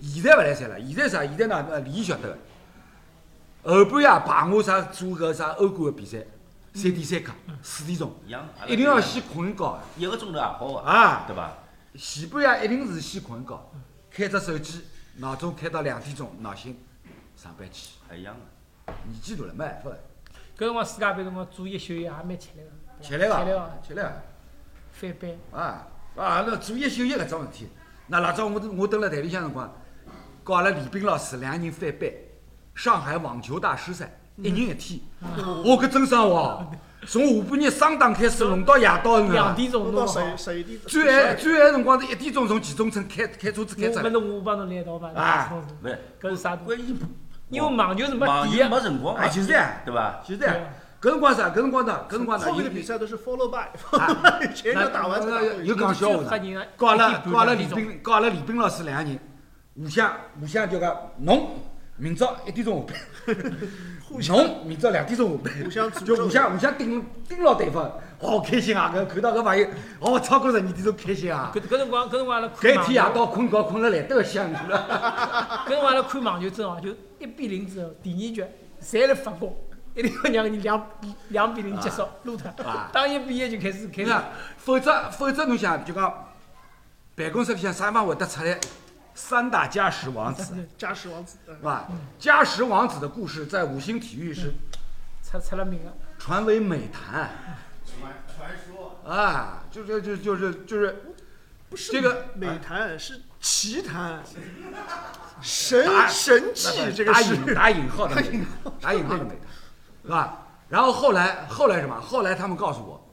Speaker 5: 现在勿来三了。现在啥？现在哪呃，伊晓得个。后半夜排我啥做搿啥欧冠个比赛，三点三刻，四点钟，
Speaker 2: 一样，阿拉
Speaker 5: 一定要先困觉。
Speaker 2: 一个钟头也好啊，
Speaker 5: 啊
Speaker 2: 对伐？
Speaker 5: 前半夜一定是先困觉，开只手机，闹钟开到两点钟，闹醒上班去。
Speaker 2: 还一样啊。
Speaker 5: 年纪大了没办法，
Speaker 4: 搿辰光世界杯辰光做一宿夜也蛮吃力个，
Speaker 5: 吃力哦
Speaker 4: 吃力
Speaker 5: 个
Speaker 4: 个，，
Speaker 5: 吃力个。
Speaker 4: 翻班。
Speaker 5: 啊啊，那做一休一搿桩事体，那老早我我蹲辣台里向辰光，告阿拉李斌老师两个人翻班，上海网球大师赛，一人一天，
Speaker 4: 嗯
Speaker 5: 我搿真生活哦，从下半日双打开始，弄到夜嗯到是
Speaker 4: 两
Speaker 5: 伐？
Speaker 4: 点钟
Speaker 3: 弄
Speaker 4: 弄
Speaker 3: 到
Speaker 4: 好，
Speaker 3: 十一十一点，
Speaker 5: 最晚最晚辰光是一点钟从黔中村开开车子开出
Speaker 4: 我
Speaker 5: 来
Speaker 4: 们，侬我帮侬来一道嘛，
Speaker 5: 啊
Speaker 4: 弄弄
Speaker 2: 勿是，
Speaker 4: 搿是啥东西？
Speaker 2: 关键
Speaker 4: 因为网球是没
Speaker 2: 网
Speaker 4: 底啊
Speaker 2: 游
Speaker 4: 的，
Speaker 2: 没辰光
Speaker 5: 哎，
Speaker 2: 嘛，
Speaker 5: 就是这样，
Speaker 2: 对伐？
Speaker 5: 就是这样。
Speaker 4: 啊
Speaker 5: 搿辰光啥？搿辰光啊呢？搿辰光呢？
Speaker 3: 后面的
Speaker 5: 有
Speaker 3: 比赛都是 follow by，
Speaker 5: 啊
Speaker 3: 全都打完才打
Speaker 5: 那
Speaker 3: 后
Speaker 5: 那
Speaker 3: 面
Speaker 5: 有讲笑
Speaker 4: 就
Speaker 5: 话
Speaker 4: 吓
Speaker 5: 呢
Speaker 4: 人啊
Speaker 5: 告阿
Speaker 4: 一
Speaker 5: 拉
Speaker 4: 点半
Speaker 5: 告阿拉
Speaker 4: 两
Speaker 5: 李
Speaker 4: 点钟
Speaker 5: 斌，告阿拉李斌老师两个人，互相互相就讲侬明朝一点钟下班，侬明朝两点钟下班，
Speaker 3: 互相诅咒
Speaker 5: 就互相互相盯盯牢对方，好开心啊！搿看到搿朋友，哦，超过十二点钟开心啊！
Speaker 4: 搿搿辰光搿辰光阿拉看
Speaker 5: 搿一
Speaker 4: 网
Speaker 5: 天
Speaker 4: 球，
Speaker 5: 夜到困觉困了懒得个香了，
Speaker 4: 搿辰光阿拉看网球真哦，就一比零之后第二局侪辣发功，一定要让你两两比零结束撸脱
Speaker 5: 啊，
Speaker 4: 当一比一就开始开
Speaker 5: 你
Speaker 4: 始
Speaker 5: 看，否则否则侬想就讲办公室里向啥地方会得出来三大家石王子，
Speaker 3: 加时王子，嗯
Speaker 5: 是吧？家石王子的故事在五星体育是
Speaker 4: 出出了名个。
Speaker 5: 传为美谈。
Speaker 7: 传传说。
Speaker 5: 啊，就是就就是就是
Speaker 3: 不是
Speaker 5: 这个
Speaker 3: 美
Speaker 4: 啊
Speaker 3: 谈，是奇谈，神
Speaker 5: 打
Speaker 3: 神迹这个
Speaker 5: 哎打
Speaker 3: 是
Speaker 5: 引 打引号的美，打引号的美，是吧？然后后来后来什么？后来他们告诉我，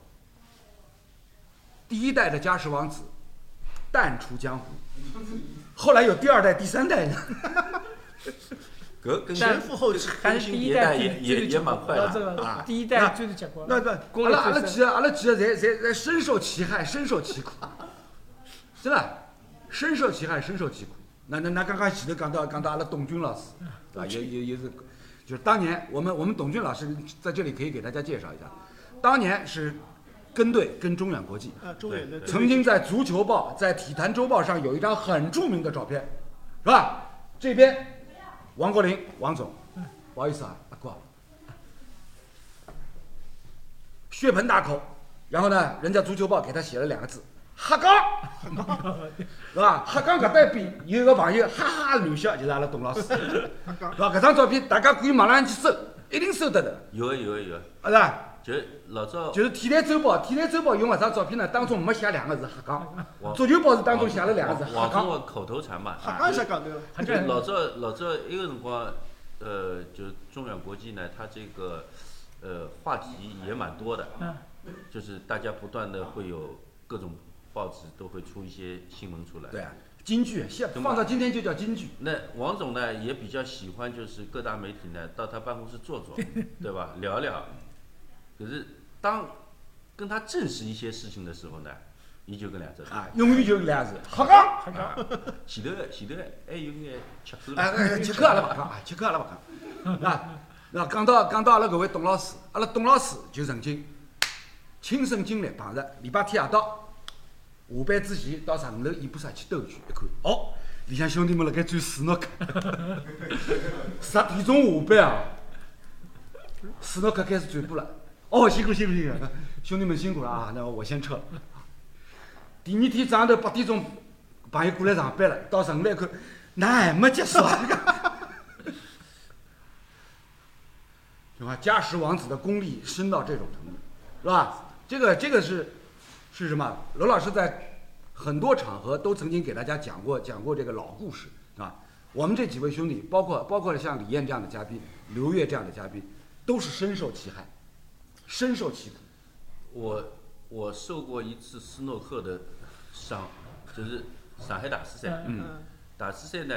Speaker 5: 第一代的加石王子淡出江湖，后来有第二代、第三代呢。
Speaker 2: 搿跟
Speaker 3: 前赴后继。
Speaker 2: 更
Speaker 4: 但是
Speaker 2: 新
Speaker 4: 第一
Speaker 2: 迭代
Speaker 4: 代
Speaker 2: 也
Speaker 4: 最最
Speaker 2: 也
Speaker 4: 有
Speaker 2: 也
Speaker 4: 结果
Speaker 2: 蛮快
Speaker 4: 了，这
Speaker 2: 的。
Speaker 4: 个
Speaker 5: 啊
Speaker 4: 第一代最有结果了。
Speaker 5: 那那
Speaker 4: 功
Speaker 5: 阿
Speaker 4: 力
Speaker 5: 拉阿拉
Speaker 4: 最
Speaker 5: 几
Speaker 4: 深。
Speaker 5: 个阿拉几个侪侪侪深受其害，深受其苦，真的，深受其害，深受其苦。那那那刚刚前头讲到讲到阿拉董军老师，对吧？也也也是，就是当年我们我们董军老师在这里可以给大家介绍一下，当年是跟队跟中远国际，
Speaker 3: 啊，中远的对
Speaker 5: 曾经在《足球报》在《体坛周报》上有一张很著名的照片，是吧？这边王国林王总，不好意思啊，阿哥啊，血盆大口，然后呢，人家《足球报》给他写了两个字“黑杠”，是吧？黑杠搿对比有一个朋友哈哈乱笑，就是阿拉董老师，是
Speaker 3: 刚刚
Speaker 5: 吧？搿张照片大家可以网浪去搜，一定搜得到，
Speaker 2: 有个有个有个，
Speaker 5: 啊是吧？
Speaker 2: 就老早
Speaker 5: 就是《体坛周报》，《体坛周报》用搿张照片呢，当中没写两个字“黑杠”，
Speaker 2: 王
Speaker 5: 《足球报》是当中写了两个字“
Speaker 2: 王
Speaker 5: 黑
Speaker 2: 王
Speaker 5: 杠
Speaker 2: 中的口头禅嘛。
Speaker 3: 刚刚才讲对了，
Speaker 4: 还
Speaker 2: 就
Speaker 4: 真
Speaker 2: 老早老早一个辰光，呃，就中远国际呢，它这个呃话题也蛮多的，
Speaker 4: 嗯
Speaker 2: 就是大家不断的会有各种报纸都会出一些新闻出来。
Speaker 5: 对啊，京剧现
Speaker 2: 对吧
Speaker 5: 放到今天就叫京剧，
Speaker 2: 那王总呢也比较喜欢，就是各大媒体呢到他办公室坐坐，对吧？聊聊。可是当跟他证实一些事情的时候呢，一就跟两只头，
Speaker 5: 啊，用语就是这样子，好啊，
Speaker 2: 前头的前头的还哎有眼吃口
Speaker 5: 哎
Speaker 2: 了，
Speaker 5: 哎，吃客阿拉勿讲啊，吃客阿拉勿讲，那那讲到讲到阿拉搿位董老师，阿拉董老师就曾经亲身经历碰着，礼拜天夜到。下班之前到上头演播室去兜一圈，一看哦，里向兄弟们辣盖转斯诺克， 十点钟下班啊，斯诺克开始转播了。哦，辛苦辛苦辛苦，兄弟们辛苦了啊！那我先撤了。第二天早上头八点钟，朋友过来上班了，到城里一看，那还没结束啊！ 对吧？家实王子的功力深到这种程度，是吧？这个这个是是什么？罗老师在很多场合都曾经给大家讲过讲过这个老故事啊。我们这几位兄弟，包括包括像李艳这样的嘉宾，刘越这样的嘉宾，都是深受其害，深受其苦。
Speaker 2: 我我受过一次斯诺克的伤，就是上海大师赛。
Speaker 4: 嗯
Speaker 3: 嗯，
Speaker 2: 打师赛呢，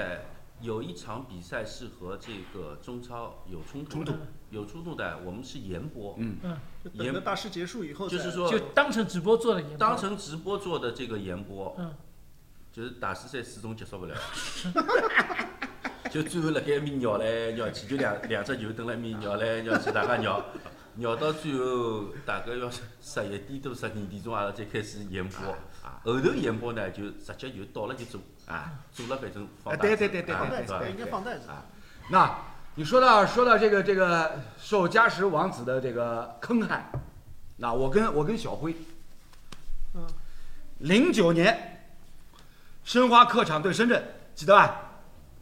Speaker 2: 有一场比赛是和这个中超有冲突，
Speaker 4: 突
Speaker 2: 有冲突的，我们是延播，
Speaker 5: 嗯
Speaker 4: 嗯，
Speaker 3: 就
Speaker 2: 也
Speaker 3: 等着大师结束以后再，
Speaker 2: 就是说
Speaker 4: 就当成直播做的也不
Speaker 2: 当成直播做的这个延播，
Speaker 4: 嗯
Speaker 2: 就是打师赛始终结束不了， 就最后辣盖埃面绕来绕去，就两两只球蹲辣埃面绕来绕去，大家 绕，绕到最后大概要十一点多、十二点钟，阿拉才开始延播。后头延播呢，就直接就到了就做啊，做了反正放
Speaker 5: 啊
Speaker 2: 大字。
Speaker 5: 对对对对
Speaker 2: 啊
Speaker 3: 放袋
Speaker 2: 是
Speaker 3: 子
Speaker 2: 吧
Speaker 3: 应该放袋子。
Speaker 5: 那你说到说到这个这个受嘉实王子的这个坑害，那我跟我跟小辉，
Speaker 3: 嗯，
Speaker 5: 零九年申花客场对深圳，记得吧？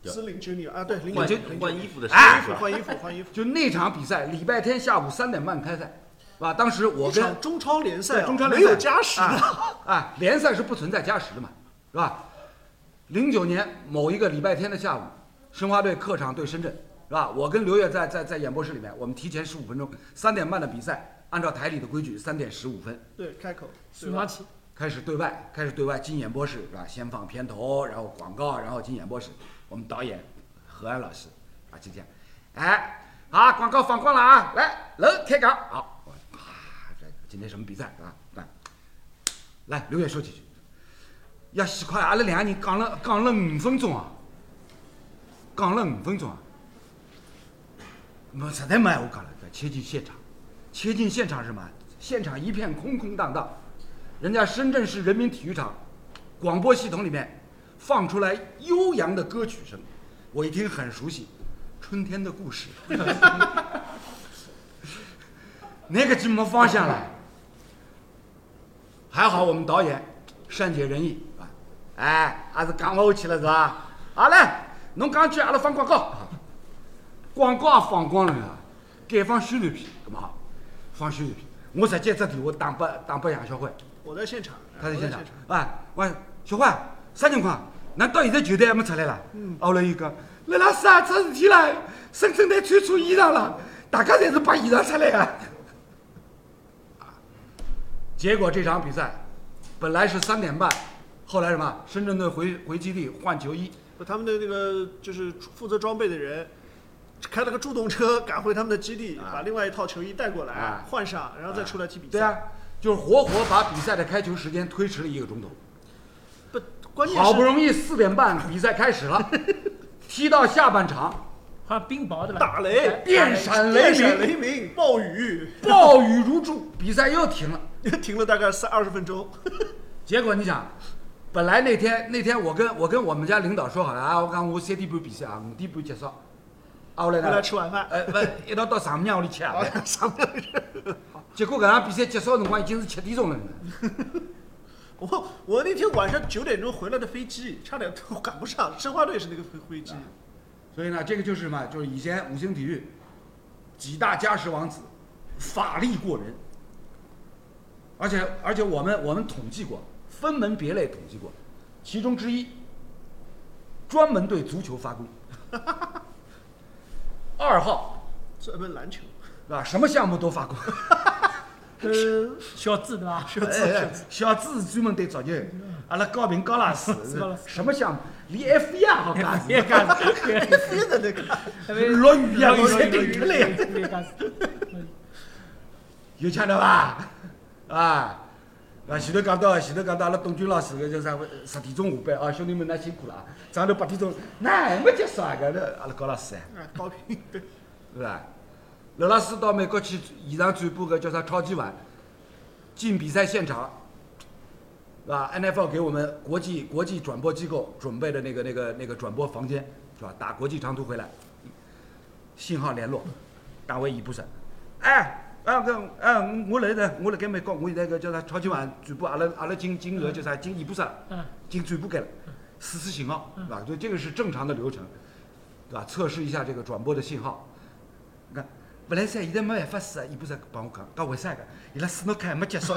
Speaker 2: 对
Speaker 3: 是零九年啊，对，零九
Speaker 2: 换
Speaker 3: 年零九
Speaker 2: 换
Speaker 3: 年
Speaker 2: 衣服的时候
Speaker 5: 哎
Speaker 3: 衣
Speaker 2: 是
Speaker 3: 服
Speaker 2: 吧，
Speaker 3: 换衣服换衣服，
Speaker 5: 就那场比赛，礼拜天下午三点半开赛，是吧？当时我
Speaker 3: 一
Speaker 5: 跟
Speaker 3: 场中超联赛
Speaker 5: 对
Speaker 3: 啊，
Speaker 5: 中超联
Speaker 3: 没
Speaker 5: 赛
Speaker 3: 有加时的，
Speaker 5: 啊啊，联赛是不存在加时的嘛，是吧？零九年某一个礼拜天的下午，申花队客场对深圳，是吧？我跟刘烨在在在演播室里面，我们提前十五分钟，三点半的比赛，按照台里的规矩，三点十五分
Speaker 3: 对，开口，
Speaker 4: 苏
Speaker 3: 对
Speaker 4: 马
Speaker 3: 吧？
Speaker 4: 奇，
Speaker 5: 开始对外，开始对外进演播室，是吧？先放片头，然后广告，然后进演播室。我们导演何安老师啊，就这样，哎，好，广告放光了啊，来，楼开杠，好，我啪，这今天什么比赛啊？来，来，刘烨说几句。呀，西快！阿拉两个人讲了讲了五分钟啊，讲了五分钟啊，没实在没闲话讲了，切进现场，切进现场是什么？现场一片空空荡荡，人家深圳市人民体育场广播系统里面放出来悠扬的歌曲声，我一听很熟悉，《春天的故事》，那个就没方向了。还好我们导演善解人意啊，哎，还是讲不下去了是吧？好嘞，侬讲句，阿拉放广告，广告也放光了啊，改放宣传片，那么好，放宣传片，我直接只电话打拨打拨杨小辉。
Speaker 3: 我在现场，
Speaker 5: 他在
Speaker 3: 我
Speaker 5: 现场，哎，喂，小辉，啥情况？哪到现在球队还没出来啦？嗯，后来又讲，辣拉啥出事体啦？深圳队穿错衣裳了，大家侪是把衣裳出来啊。 结果这场比赛本来是三点半，后来什么？深圳队回回基地换球衣，
Speaker 3: 不他们的那个就是负责装备的人，开了个助动车赶回他们的基地，把另外一套球衣带过来
Speaker 5: 啊
Speaker 3: 换上，然后再出来踢比赛。
Speaker 5: 对啊，就是活活把比赛的开球时间推迟了一个钟头。
Speaker 3: 不，关键是
Speaker 5: 好不容易四点半比赛开始 了，踢到下半场，
Speaker 4: 好像冰雹对吧？哎
Speaker 3: 打雷
Speaker 5: 电闪雷
Speaker 3: 电闪
Speaker 5: 鸣，
Speaker 3: 雷鸣，暴雨，
Speaker 5: 暴雨如注，比赛又停了。
Speaker 3: 停了大概三二十分钟。
Speaker 5: 结果你想，本来那天那天我跟我跟我们家领导说好了啊，我讲我三点半比赛啊，五点半结束。啊，后来
Speaker 3: 回来
Speaker 5: 呢？
Speaker 3: 吃晚饭，
Speaker 5: 呃，不，一道到丈母娘屋里去 啊。
Speaker 3: 啥不了事。
Speaker 5: 结果搿场比赛结束的辰光已经是七点钟了呢。
Speaker 3: 我我那天晚上九点钟回来的飞机，差点都赶不上。申花队是那个飞飞机，
Speaker 5: 所以呢，这个就是什么？就是以前五星体育几大家石王子，法力过人。而且而且我们我们统计过，分门别类统计过，其中之一，专门对足球发功。二号
Speaker 3: 专门篮球。
Speaker 5: 啊，什么项目都发过。
Speaker 3: 呃
Speaker 4: 跟小智对吧？
Speaker 5: 小智，小智专门对足球，阿拉高平高老师
Speaker 4: 高老师
Speaker 5: 什么项目，连 F 一也好干
Speaker 4: 也干死，
Speaker 3: 别的那 个，
Speaker 5: 落雨呀，
Speaker 4: 落
Speaker 5: 落雨
Speaker 4: 雨
Speaker 5: 啊顶开了呀，
Speaker 4: 也干死。
Speaker 5: 有腔调伐？ 啊，啊，前头讲到，前头讲到阿拉董军老师个叫啥？十点钟下班啊，兄弟们㑚辛苦了啊！早上头八点钟，那还没结束啊？搿个阿拉高老师哎，
Speaker 3: 啊高频对，
Speaker 5: 是伐？刘老师到美国去现场转播个叫啥超级碗，进比赛现场，是吧？NFL 给我们国际国际转播机构准备的那个那个那个转播房间，是吧？打国际长途回来，信号联络，单位已不是，哎。啊，搿啊，我来的，我辣盖美国，我现在搿叫啥超级碗转播，阿拉阿拉进进个叫啥进易布萨，
Speaker 4: 嗯
Speaker 5: 进转播间了，试试信号，对吧？就这个是正常的流程，对吧？测试一下这个转播的信号，你看，本来噻，现在没办法试啊，伊不是帮我讲，讲为啥个？伊拉斯诺克还没结束，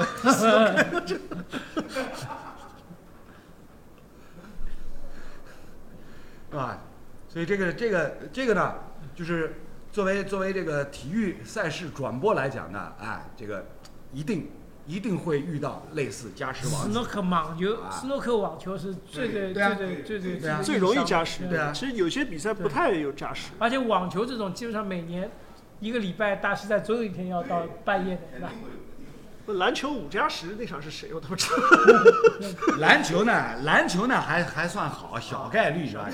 Speaker 5: 啊，所以这个这个这个呢，就是作为作为这个体育赛事转播来讲呢，哎，这个一定一定会遇到类似加时
Speaker 4: 斯
Speaker 5: 王子
Speaker 4: 诺克网球
Speaker 5: 啊，
Speaker 4: 斯诺克网球是最最
Speaker 5: 对啊
Speaker 4: 最最最最
Speaker 5: 对啊
Speaker 3: 最容易加时。
Speaker 5: 对啊
Speaker 3: 其实有些比赛不太有加时。
Speaker 4: 而且网球这种基本上每年一个礼拜大师赛总有一天要到半夜的，对吧？
Speaker 3: 不篮球五加十那场是谁？我都不知道。
Speaker 5: 篮球呢，篮球呢还还算好，小概率是吧？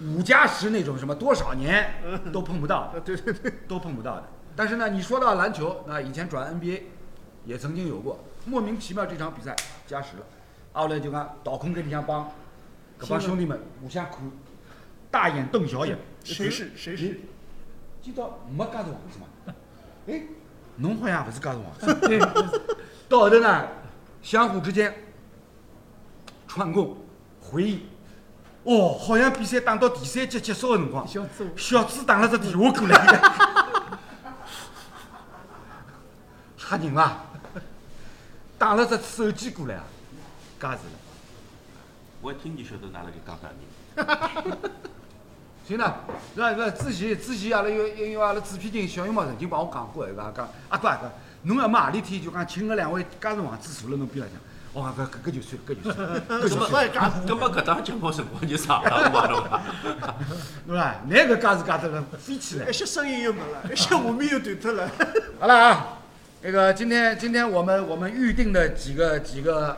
Speaker 5: 五加十那种什么多少年都碰不到， 对对对，都碰不到的。但是呢，你说到篮球，那以前转 NBA 也曾经有过，莫名其妙这场比赛加时了，后来就讲倒空跟里向帮，搿帮兄弟们互相看，大眼瞪小眼，
Speaker 3: 谁是谁是？
Speaker 5: 今朝没加入王子 嘛？哎，侬好啊像勿是加入王子。
Speaker 4: 对，
Speaker 5: 到后头呢，相互之间串供回忆。哦，好像比赛打到第三节结束的辰光，
Speaker 4: 小智
Speaker 5: 小朱打了只电话过来， 吓人啊！打了只手机过来啊，加持了。
Speaker 2: 我一听就晓得㑚辣盖讲啥人。
Speaker 5: 所以呢，那那之前之前阿拉有有有阿拉制片人小熊猫曾经帮我讲过，伊讲啊讲阿哥阿哥，侬要么何里天就讲请搿两位家族王子坐辣侬边浪向，我讲搿搿搿就算搿就算。
Speaker 2: 搿么 搿么搿档节目辰光就长了， 我讲侬啊。
Speaker 5: 对伐？那个架子架子了飞起来
Speaker 3: 一。些声音又没了，一些画面又断掉了。
Speaker 5: 好了啊，那个今天今天我们我们预定的几个几个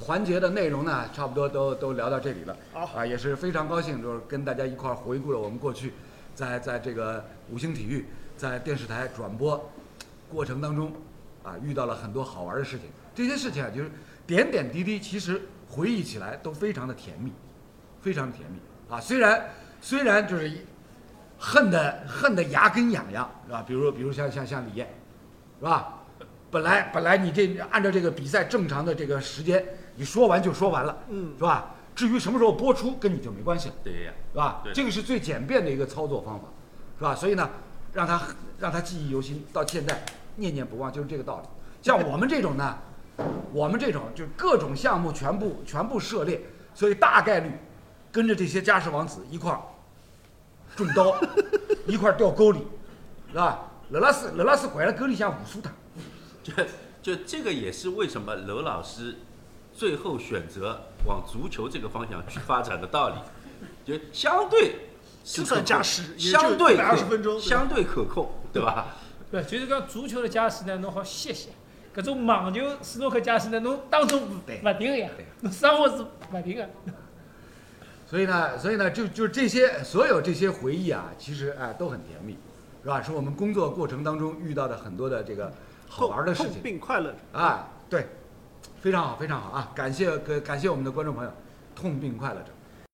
Speaker 5: 环节的内容呢，差不多都都聊到这里了。
Speaker 3: 好
Speaker 5: 啊，也是非常高兴，就是跟大家一块儿回顾了我们过去在在这个五星体育在电视台转播过程当中啊遇到了很多好玩的事情。这些事情啊，就是点点滴滴，其实回忆起来都非常的甜蜜，非常甜蜜啊。虽然虽然就是一恨得恨得牙根痒痒，是吧？比如比如像像像李艳，是吧？本来本来你这按照这个比赛正常的这个时间，你说完就说完了，
Speaker 3: 嗯
Speaker 5: 是吧？至于什么时候播出，跟你就没关系了，
Speaker 2: 对呀，
Speaker 5: 是吧？
Speaker 2: 对
Speaker 5: 这个是最简便的一个操作方法，是吧？所以呢，让他让他记忆犹新，到现在念念不忘，就是这个道理。像我们这种呢，我们这种就各种项目全部全部涉猎，所以大概率跟着这些家世王子一块儿中刀，一块儿掉沟里，是吧？勒拉斯勒拉斯拐了沟里向武术他，
Speaker 2: 就就这个也是为什么娄老师最后选择往足球这个方向去发展的道理，就相对是
Speaker 3: 就算
Speaker 2: 可控
Speaker 3: 加时也就
Speaker 2: 相对可
Speaker 3: 120分钟对吧
Speaker 2: 相对可控，对吧？
Speaker 4: 对，就是讲足球的加时呢，侬好歇歇；搿种网球、斯诺克加时呢，侬当中勿
Speaker 5: 对
Speaker 4: 勿定呀
Speaker 5: 对，
Speaker 4: 侬生活是勿定个。
Speaker 5: 所以呢，所以呢，就就这些所有这些回忆啊，其实哎都很甜蜜，是吧？是我们工作过程当中遇到的很多的这个好玩的事
Speaker 3: 痛
Speaker 5: 情。
Speaker 3: 并快乐着。
Speaker 5: 啊，对，非常好，非常好啊！感谢感感谢我们的观众朋友，痛并快乐着。